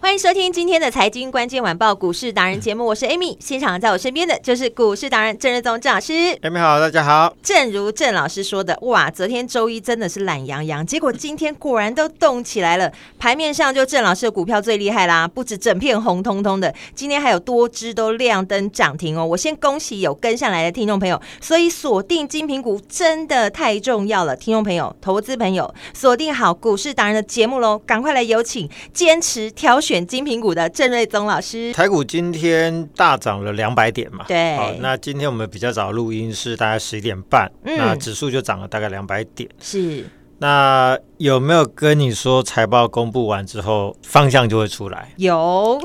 欢迎收听今天的财经关键晚报股市达人节目，我是 Amy，现场在我身边的就是股市达人郑日宗郑老师。哎，你好，大家好。正如郑老师说的，哇，昨天周一真的是懒洋洋，结果今天果然都动起来了。盘面上就郑老师的股票最厉害啦，不止整片红彤彤的，今天还有多只都亮灯涨停哦。我先恭喜有跟上来的听众朋友，所以锁定精品股真的太重要了，听众朋友、投资朋友，锁定好股市达人的节目喽，赶快来有请坚持挑选精品股的郑瑞宗老师。 台股今天大涨了两百点嘛？对好，那今天我们比较早录音是大概十一点半，嗯那指数就涨了大概两百点。是那有没有跟你说财报公布完之后方向就会出来？有，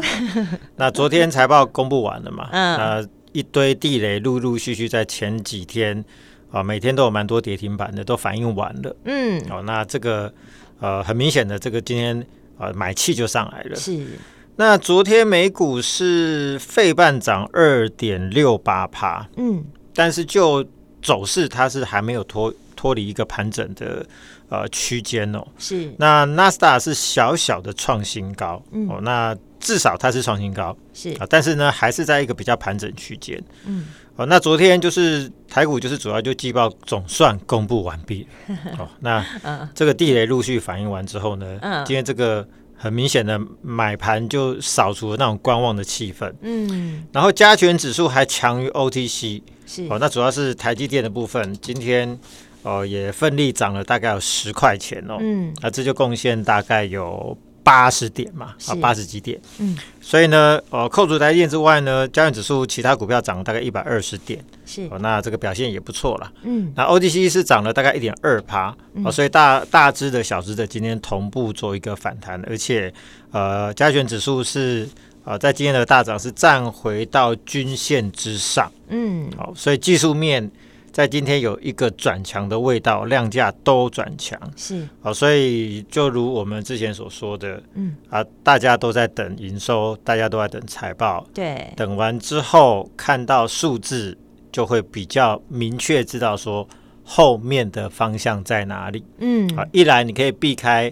那昨天财报公布完了嘛？嗯那一堆地雷陆陆续续在前几天啊，每天都有蛮多跌停板的，都反应完了。嗯，哦，那这个呃，很明显的，这个今天呃买气就上来了。是那昨天美股是费半涨二点六八趴，嗯但是就走势它是还没有脱脱离一个盘整的呃区间哦。是那纳斯达是小小的创新高、嗯哦，那至少它是创新高是啊，但是呢还是在一个比较盘整区间。嗯，哦，那昨天就是台股就是主要就季报总算公布完毕了 哦，那嗯这个地雷陆续反应完之后呢，嗯今天这个很明显的买盘就扫除了那种观望的气氛，嗯然后加权指数还强于 OTC 是哦，那主要是台积电的部分，今天哦也奋力涨了大概有十块钱哦，嗯那这就贡献大概有八十点嘛，是啊八十几点，嗯，所以呢，哦扣除台积电之外呢，加权指数其他股票涨了大概一百二十点，是哦，那这个表现也不错啦。嗯那 OTC E 是涨了大概一点二趴，哦，所以大大只的、小只的今天同步做一个反弹，而且呃，加权指数是呃在今天的大涨是站回到均线之上，嗯好、所以技术面在今天有一个转强的味道，量价都转强，是好、所以就如我们之前所说的，嗯啊，大家都在等营收，大家都在等财报，对等完之后看到数字，就会比较明确知道说后面的方向在哪里嗯啊。一来你可以避开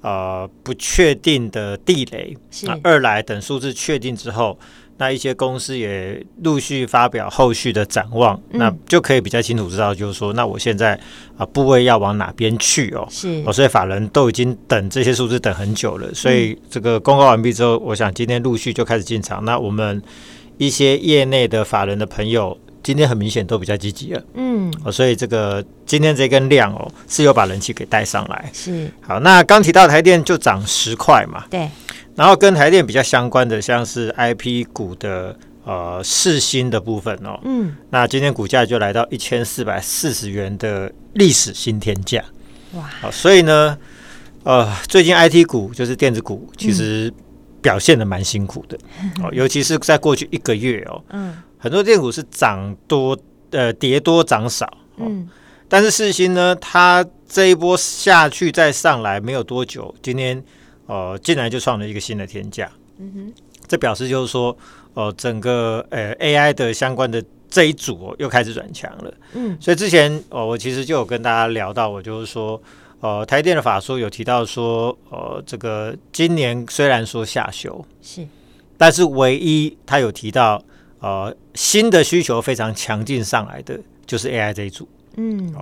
呃不确定的地雷，是啊二来等数字确定之后，那一些公司也陆续发表后续的展望，嗯那就可以比较清楚知道，就是说那我现在啊部位要往哪边去哦。是哦，所以法人都已经等这些数字等很久了，所以这个公告完毕之后，我想今天陆续就开始进场。那我们一些业内的法人的朋友，今天很明显都比较积极了嗯哦，所以这个今天这根量哦，是有把人气给带上来。是好，那刚提到台电就涨十块嘛，对然后跟台电比较相关的，像是 IP 股的呃世新的部分哦，嗯那今天股价就来到一千四百四十元的历史新天价。哇好，所以呢，呃，最近 IT 股就是电子股，其实表现的蛮辛苦的、哦，尤其是在过去一个月哦，嗯很多电子股是涨多呃跌多涨少，哦嗯但是世新呢，它这一波下去再上来没有多久，今天呃竟然就创了一个新的天价，嗯哼这表示就是说，呃，整个呃 AI 的相关的这一组、哦、又开始转强了。嗯所以之前哦，我其实就有跟大家聊到，我就是说，呃，台电的法说有提到说，呃，这个今年虽然说下修，是但是唯一他有提到，呃，新的需求非常强劲上来的就是 AI 这一组。嗯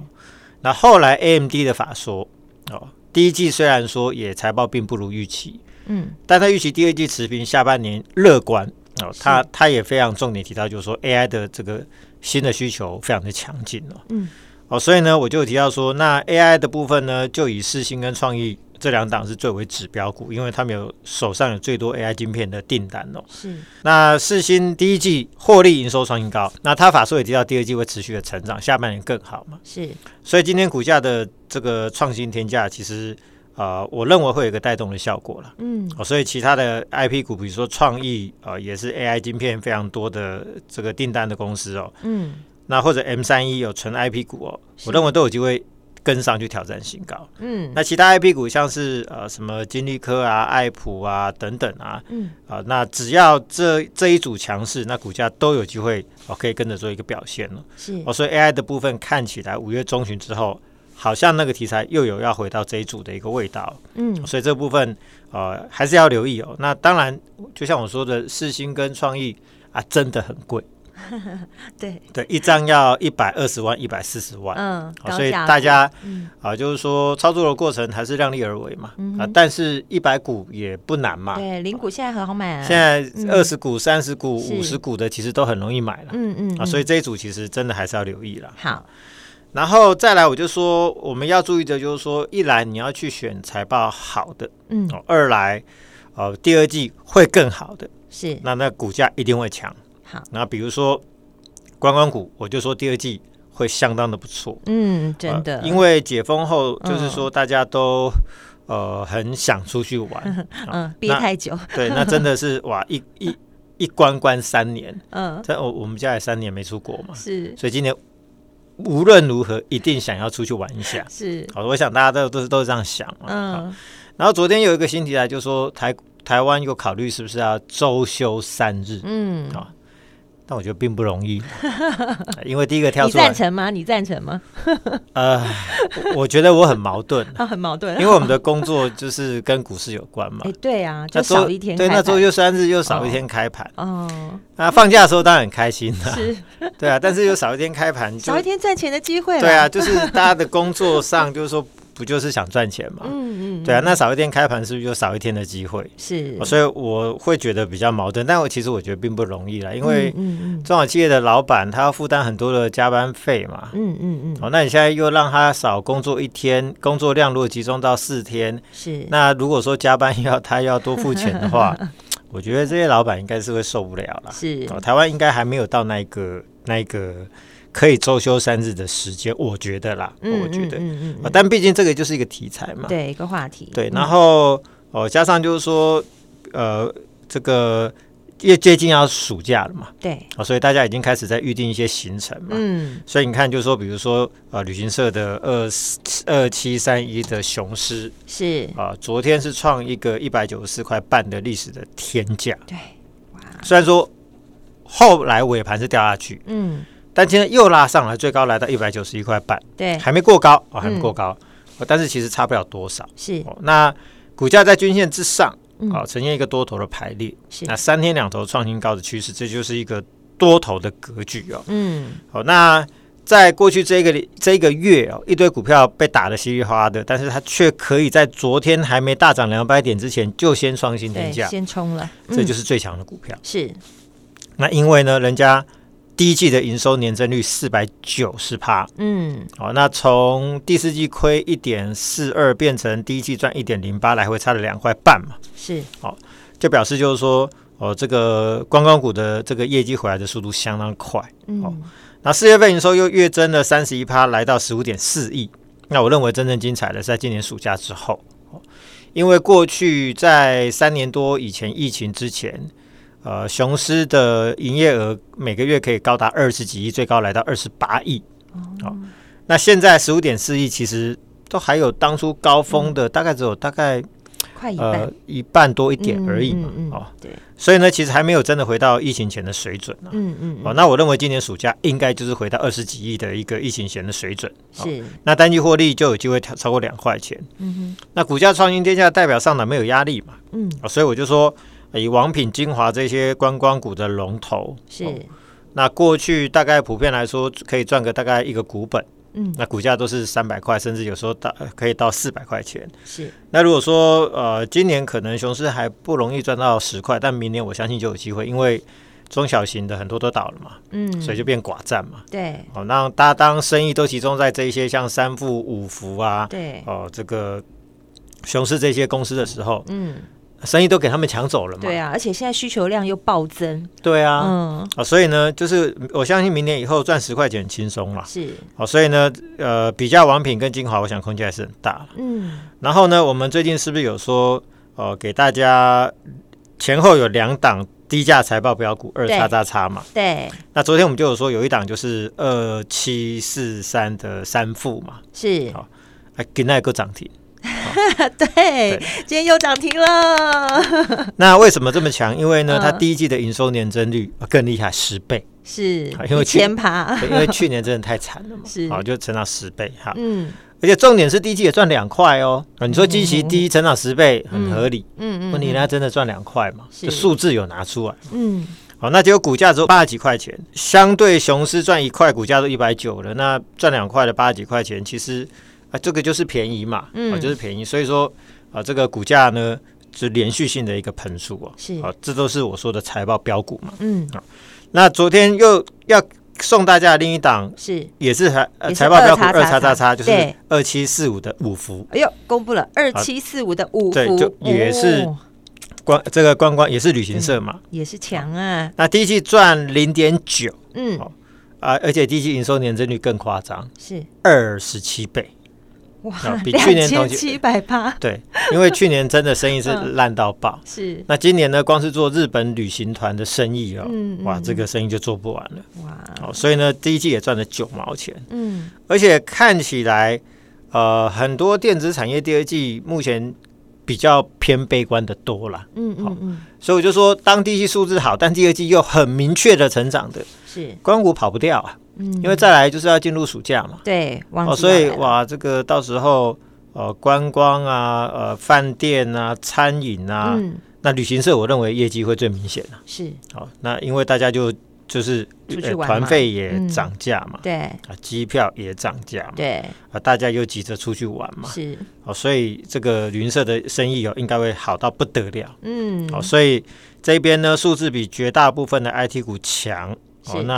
那后来 AMD 的法说哦，第一季虽然说也财报并不如预期，嗯但他预期第二季持平，下半年乐观哦。他他也非常重点提到，就是说 AI 的这个新的需求非常的强劲哦。嗯，哦、哦，所以呢，我就有提到说，那 AI 的部分呢，就以世新跟创意这两档是最为指标股，因为他们有手上有最多 AI 晶片的订单哦。是那世新第一季获利营收创新高，那他法说也提到第二季会持续的成长，下半年更好嘛。是所以今天股价的这个创新天价，其实呃，我认为会有一个带动的效果了。嗯哦，所以其他的 IP 股，比如说创意，呃，也是 AI 晶片非常多的这个订单的公司哦。嗯那或者 M 三一有纯 IP 股哦，我认为都有机会跟上去挑战新高。嗯那其他 IP 股像是呃什么金利科啊、爱普啊等等啊，嗯啊、那只要这这一组强势，那股价都有机会哦，可以跟着做一个表现了。是哦，所以 AI 的部分看起来五月中旬之后，好像那个题材又有要回到这一组的一个味道。嗯所以这部分呃还是要留意哦。那当然，就像我说的，世新跟创意啊，真的很贵，对对，一张要一百二十万、一百四十万。嗯好高所以价大股家嗯啊、就是说操作的过程还是量力而为嘛，嗯啊哼，但是一百股也不难嘛。对零股现在很好买啊，现在嗯二十股、三十股、是五十股的其实都很容易买了、嗯嗯啊，所以以这一组其实真的还是要留意啦。好然后再来，我就说我们要注意的就是说，一来你要去选财报好的，嗯哦，二来呃第二季会更好的，是那那股价一定会强。好那比如说观光股，我就说第二季会相当的不错，嗯真呃的嗯因为解封后就是说大家都、呃很想出去 玩，嗯憋太久对，啊那真的是哇一一一关关三年，嗯在我我们家也三年没出国嘛，是所以今年无论如何一定想要出去玩一下。是好，我想大家都都是都是这样想嘛。好嗯然后昨天有一个新题材，就说台台湾有考虑是不是要周休三日，嗯好但我觉得并不容 易，因为第一个跳你出来赞，成吗？你赞成吗？呃，我我觉得我很矛盾，啊很矛盾因为我们的工作就是跟股市有关嘛哎。对啊那就周少一天对，开那周盘休三日又少一天开盘。哦那放假的时候当然很开心啦，是对啊，但是又少一天开盘，就 少一天赚钱的机会啦对啊，就是大家的工作上就是说不就是想赚钱嘛，嗯嗯对啊，那少一天开盘是不是就少一天的机会？是哦所以我会觉得比较矛盾，但我其实我觉得并不容易啦，因为嗯嗯中小企业的老板他要负担很多的加班费嘛。嗯嗯嗯嗯哦，那你现在又让他少工作一天，工作量如果集中到四天，是那如果说加班要他要多付钱的 话，我觉得这些老板应该是会受不了啦。是哦，台湾应该还没有到那一个那一个可以周休三日的时间，我觉得啦，我觉得。嗯哦但毕竟这个就是一个题材嘛，对一个话题对，然后哦，加上就是说，呃，这个越接近要暑假了嘛，对哦，所以大家已经开始在预定一些行程嘛。嗯所以你看，就是说，比如说，呃，旅行社的二二七三一的雄狮是啊、昨天是创一个一百九十四块半的历史的天价。对啊虽然说后来尾盘是掉下去，嗯但今天又拉上来，最高来到一百九十一块半，对还没过高哦，还没嗯过高、哦，但是其实差不了多少。是哦，那股价在均线之上，嗯啊、呈现一个多头的排列。是那三天两头创新高的趋势，这就是一个多头的格局哦。嗯好、那在过去这个这个月哦，一堆股票被打得稀里哗啦的，但是它却可以在昨天还没大涨两百点之前就先创新天对价，先嗯冲了这就是是最强的股票。是那因为呢，人家第一季的营收年增率四百九十趴，嗯哦，那从第四季亏一点四二变成第一季赚一点零八，来回差了两块半嘛。是就表示就是说，哦，这个观光股的这个业绩回来的速度相当快。哦嗯那四月份营收又跃增了三十一趴，来到十五点四亿。那我认为真正精彩的是在今年暑假之后，哦因为过去在三年多以前疫情之前，呃，雄狮的营业额每个月可以高达二十几亿，最高来到二十八亿。哦，那现在十五点四亿，其实都还有当初高峰的，大概只有大概快一呃半一半多一点而已嘛。嗯嗯嗯哦，对所以呢，其实还没有真的回到疫情前的水准啊。嗯嗯哦，嗯那我认为今年暑假应该就是回到二十几亿的一个疫情前的水准。哦，是那单季获利就有机会超超过两块钱。嗯哼那股价创新天价代表上档没有压力嘛？嗯哦，所以我就说，呃以王品、精华这些观光股的龙头，哦是那过去大概普遍来说可以赚个大概一个股本，嗯那股价都是三百块，甚至有时候到呃可以到四百块钱。是那如果说呃，今年可能熊市还不容易赚到十块，但明年我相信就有机会，因为中小型的很多都倒了嘛，嗯，所以就变寡占嘛。对哦，那大家当生意都集中在这一些像三富、五福啊，对，哦，这个雄狮这些公司的时候，嗯，生意都给他们抢走了嘛。对啊，啊，而且现在需求量又暴增，对啊。嗯，哦，所以呢，就是我相信明年以后赚十块钱很轻松啦。是，哦，所以呢，呃，比较王品跟精华，我想空间还是很大啦。嗯，然后呢，我们最近是不是有说，呃，给大家前后有两档低价财报标股二对叉叉叉嘛？对，那昨天我们就有说有一档就是二七四三的三富嘛，是，好哎，给那 个涨停。对，今天又涨停了，那为什么这么强？因为呢，嗯它第一季的营收年增率呃更厉害，十 倍，是好因为一去千趴，对因为去年真的太惨了嘛，嗯 是好就成长十倍哈。嗯而且重点是第一季也赚两块哦。啊你说基期低，成长十倍很合理，嗯问题呢它真的赚两块嘛？是就数字有拿出来。嗯，好，那结果股价只有八十几块钱，相对雄狮赚一块，股价都一百九了，那赚两块的八十几块钱，其实啊，这个就是便宜嘛，嗯啊，就是便宜，所以说啊，这个股价呢是连续性的一个喷出哦，是啊，这都是我说的财报标股嘛。嗯，那昨天又要送大家另一档。是，也是财呃也是财报标股二2叉叉叉， 2就是对二七四五的五福哎呦，公布了二七四五的五啊对福就，也是哦观这个观光也是旅行社嘛，也是强啊，那第一季赚零点九嗯，好啊，而且第一季营收年增率更夸张，是，二十七倍。哇啊，比去年同千期七百趴，对，因为去年真的生意是嗯烂到爆。是，那今年呢，光是做日本旅行团的生意哦，嗯嗯哇，这个生意就做不完了。哇，哦，所以呢，第一季也赚了九毛钱，嗯，而且看起来，呃，很多电子产业第二季目前比较偏悲观的多啦。嗯好嗯嗯，所以我就说，当第一季数字好，但第二季又很明确的成长的，是，光谷跑不掉啊，嗯，因为再来就是要进入暑假嘛。对，哦，旺季所以要来了，哇，这个到时候呃，观光啊，呃，饭店啊，餐饮啊，嗯，那旅行社我认为业绩会最明显的、啊是好、那因为大家就就是出去呃玩嘛团费也嗯涨价嘛，对啊，机票也涨价嘛，对啊，大家又急着出去玩嘛，是，哦，所以这个旅行社的生意哦，应该会好到不得了。嗯，哦，所以这边呢，数字比绝大部分的 IT 股强。是哦，那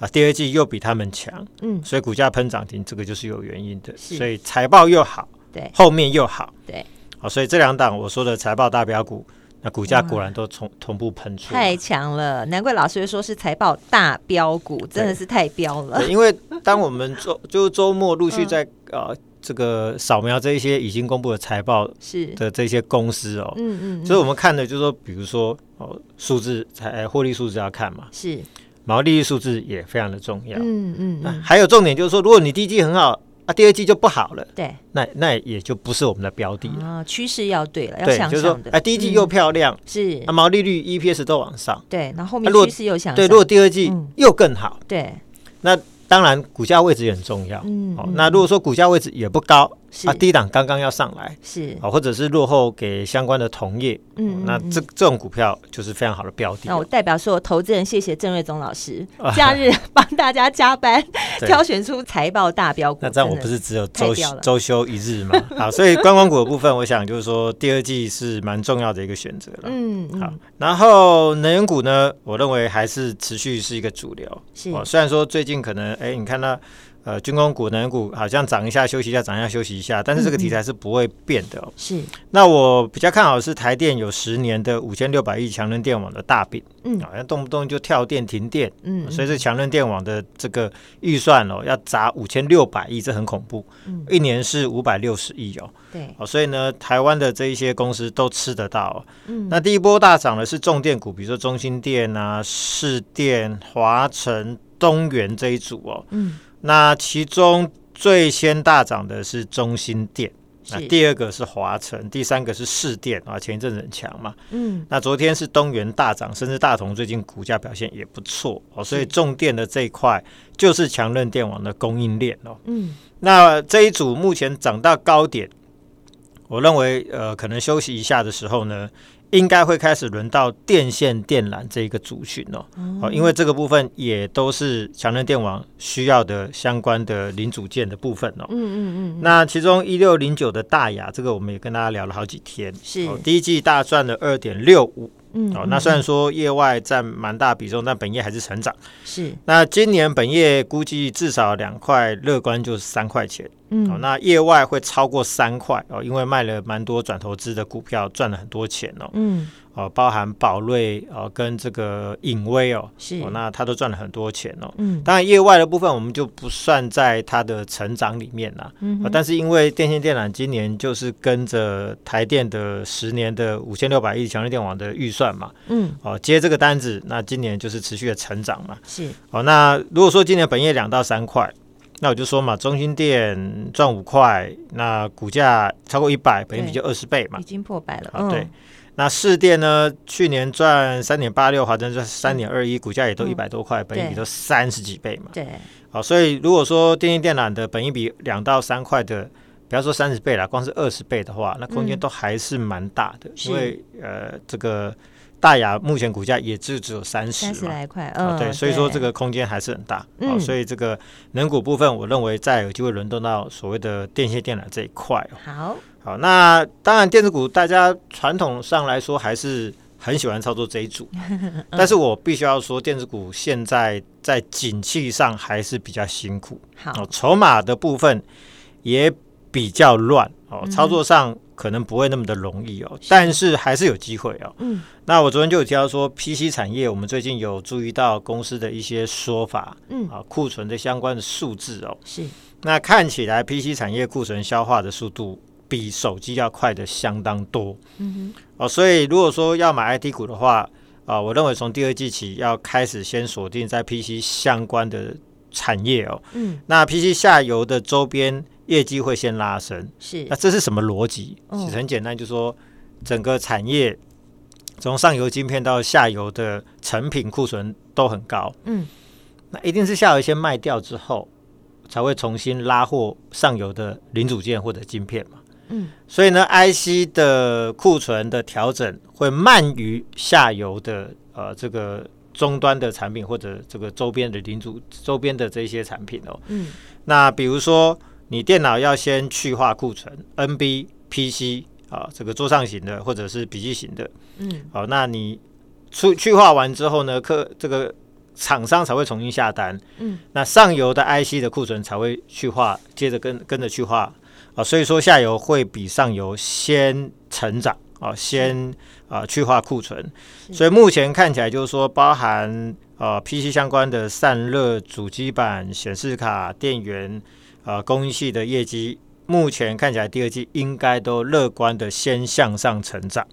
啊，第二季又比他们强，嗯所以股价喷涨停，这个就是有原因的。是所以财报又好，对后面又好，对。好、所以这两档我说的财报大标股，那股价果然都同同步喷出。太强了，难怪老师会说是财报大标股，真的是太标了。对因为当我们 周就周末陆续在、嗯呃这个扫描这一些已经公布的财报是，的这些公司哦，嗯嗯，所以嗯我们看的就是说，比如说哦数字财获利数字要看嘛，是，毛利率数字也非常的重要。嗯嗯那嗯，还有重点就是说，如果你第一季很好啊，第二季就不好了，对那那也就不是我们的标的了。啊，趋势要对了，要对，向就是说上，的嗯啊，第一季又漂亮，是啊，，毛利率、EPS 都往上，对，然后后啊面如果趋势又向上，对，如果第二季嗯又更好，对，当然股价位置也很重要。嗯哦嗯，那如果说股价位置也不高，是啊，低档刚刚要上来，是，啊，或者是落后给相关的同业，嗯嗯那这这种股票就是非常好的标的那我哦。代表所有投资人，谢谢郑瑞宗老师， 假日帮大家加班啊 对挑选出财报大标股。那这样我真不的是只有太周屌了周休一日吗？ 好，所以观光股的部分，我想就是说第二季是蛮重要的一个选择了。嗯好嗯，然后能源股呢，我认为还是持续是一个主流。是哦，虽然说最近可能，哎，你看到呃军工股、能源股好像涨一下休息一下，涨一下休息一下，但是这个题材是不会变的、哦。是那我比较看好的是台电有十年的五千六百亿强韧电网的大饼，嗯好像动不动就跳电停电，嗯，所以以这强韧电网的这个预算哦，要砸五千六百亿，这很恐怖，嗯一年是五百六十亿哦。对哦，所以呢，台湾的这一些公司都吃得到、哦。嗯那第一波大涨的是重电股，比如说中兴电啊、市电、华晨、东元这一组哦。嗯那其中最先大涨的是中兴电，那是第二个是华晨，第三个是市电啊，前一阵子很强嘛。嗯那昨天是东元大涨，甚至大同最近股价表现也不错哦，所以是重电的这一块就是强韧电网的供应链哦。嗯那这一组目前涨到高点，我认为呃，可能休息一下的时候呢，应该会开始轮到电线电缆这一个族群哦，嗯哦，因为这个部分也都是强韧电网需要的相关的零组件的部分哦。嗯嗯嗯，那其中一六零九的大雅，这个我们也跟大家聊了好几天，是哦第一季大赚了二点六五，嗯哦，那虽然说业外占蛮大比重，但本业还是成长。是，那今年本业估计至少两块，乐观就是三块钱。嗯哦，那业外会超过三块哦，因为卖了蛮多转投资的股票，赚了很多钱哦。嗯哦，包含宝瑞哦跟这个影威哦，是哦，那他都赚了很多钱哦。嗯当然，业外的部分我们就不算在它的成长里面啦。嗯哦但是因为电信电缆今年就是跟着台电的十年的五千六百亿强力电网的预算嘛，嗯哦，接这个单子，那今年就是持续的成长嘛。是，哦，那如果说今年本业两到三块，那我就说嘛，中心店赚五块，那股价超过一百，本益比就二十倍嘛已。经破百了，嗯啊，对。那市电呢？去年赚三点八六，华晨赚三点二一，股价也都一百多块，本益比嗯对都三十几倍嘛。对，好，所以如果说电信电缆的本益比两到三块的，不要说三十倍啦，光是二十倍的话，那空间嗯都还是蛮大的，是因为呃，这个大雅目前股价也就只有三十三十嘛。来块，啊，嗯，对，所以说这个空间还是很大，嗯啊，所以这个能股部分，我认为再有机会轮动到所谓的电线电缆这一块哦。好，好，那当然电子股大家传统上来说还是很喜欢操作这一组，但是我必须要说，电子股现在在景气上还是比较辛苦好哦，，筹码的部分也比较乱哦嗯，操作上可能不会那么的容易哦，但是还是有机会哦。嗯，那我昨天就有提到说，PC 产业我们最近有注意到公司的一些说法，嗯啊，库存的相关的数字哦，是，那看起来 PC 产业库存消化的速度比手机要快的相当多嗯哦，所以如果说要买 IT 股的话，啊，我认为从第二季起要开始先锁定在 PC 相关的产业哦。哼，嗯，那 PC 下游的周边业绩会先拉升，是那，这是什么逻辑？嗯哦其实很简单，就是说整个产业从上游晶片到下游的成品库存都很高，嗯，那一定是下游先卖掉之后，才会重新拉货上游的零组件或者晶片嘛。嗯，所以呢，IC 的库存的调整会慢于下游的呃这个终端的产品或者这个周边的零组周边的这些产品哦。嗯，那比如说你电脑要先去化库存，NB、PC 啊这个桌上型的或者是笔记型的，嗯，好，那你去去化完之后呢，客这个厂商才会重新下单，嗯，那上游的 IC 的库存才会去化，接着跟跟着去化啊，所以说下游会比上游先成长啊，先啊去化库存，是所以目前看起来就是说，包含呃 PC 相关的散热、主机板、显示卡、电源啊、呃供应系的业绩。目前看起来，第二季应该都乐观的先向上成长。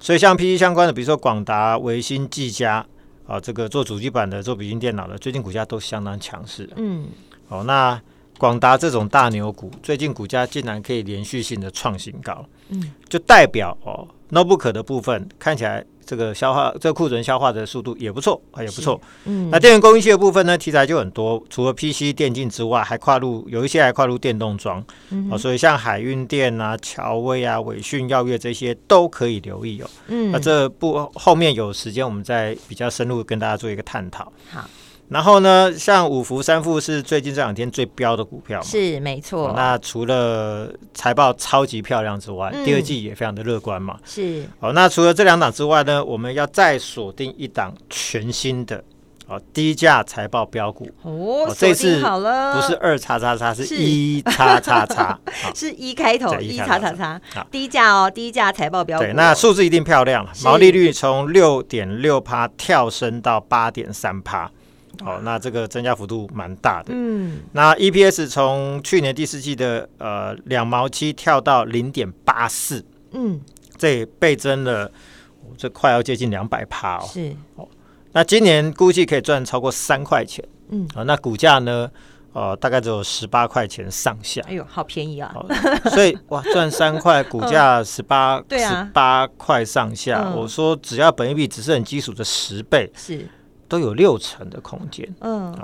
所以像 PC 相关的，比如说广达、维新、技嘉啊，这个做主机板的、做笔记电脑的，最近股价都相当强势。嗯，哦，那广达这种大牛股，最近股价竟然可以连续性的创新高，嗯，就代表哦，notebook 的部分看起来这个消化、这个库存消化的速度也不错啊，也不错。嗯，那电源供应器的部分呢，题材就很多，除了 PC 电竞之外，还跨入有一些还跨入电动装、嗯哦，所以像海运电啊、乔威啊、伟讯药业这些都可以留意哦。嗯，那这不后面有时间我们再比较深入跟大家做一个探讨。好，然后呢，像五福三富是最近这两天最标的股票嘛。是没哦错，那除了财报超级漂亮之外，嗯第二季也非常的乐观嘛。是，好、那除了这两档之外呢，我们要再锁定一档全新的哦低价财报标股，哦，哦锁这定次好了，不是二叉叉叉，是是一叉叉叉。哦 好是一开头对一一叉叉叉叉叉好，低价哦，低价财报标股哦。对，那数字一定漂亮了，是毛利率从六点六趴跳升到八点三趴，哦，那这个增加幅度蛮大的。嗯那 EPS 从去年第四季的呃两毛七跳到零点八四，嗯这也倍增了，哦这快要接近两百趴哦。是那今年估计可以赚超过三块钱，嗯啊、那股价呢，呃，大概只有十八块钱上下。哎呦，好便宜啊！哦， 所以哇，赚三块，股价十八对啊十八块上下。嗯我说只要本益比只是很基础的十倍，是都有六成的空间。嗯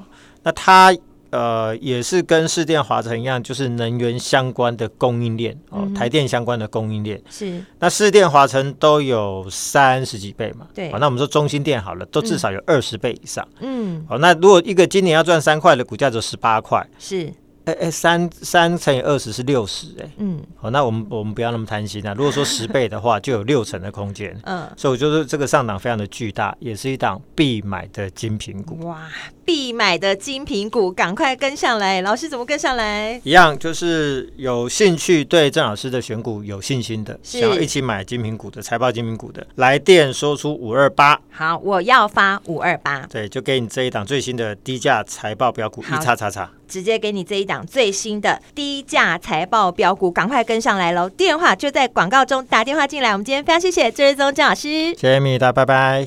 那它呃也是跟市电、华晨一样，就是能源相关的供应链哦，嗯哼台电相关的供应链。是那市电、华晨都有三十几倍嘛？对哦那我们说中心电好了，都至少有二十倍以上。哦嗯好、那如果一个今年要赚三块的股价只有十八块，是哎哎，三三乘以二十是六十，哎，嗯好，那我们我们不要那么贪心啊。如果说十倍的话，就有六成的空间，嗯，所以我觉得这个上档非常的巨大，也是一档必买的精品股。哇，必买的精品股，赶快跟上来！老师怎么跟上来？一样就是有兴趣对郑老师的选股有信心的，是想要一起买精品股的财报精品股的，来电说出五二八，好，我要发五二八，对，就给你这一档最新的低价财报标股一好叉叉叉。直接给你这一档最新的低价财报标股，赶快跟上来喽！电话就在广告中，打电话进来。我们今天非常谢谢郑瑞宗郑老师。谢谢米大，拜拜。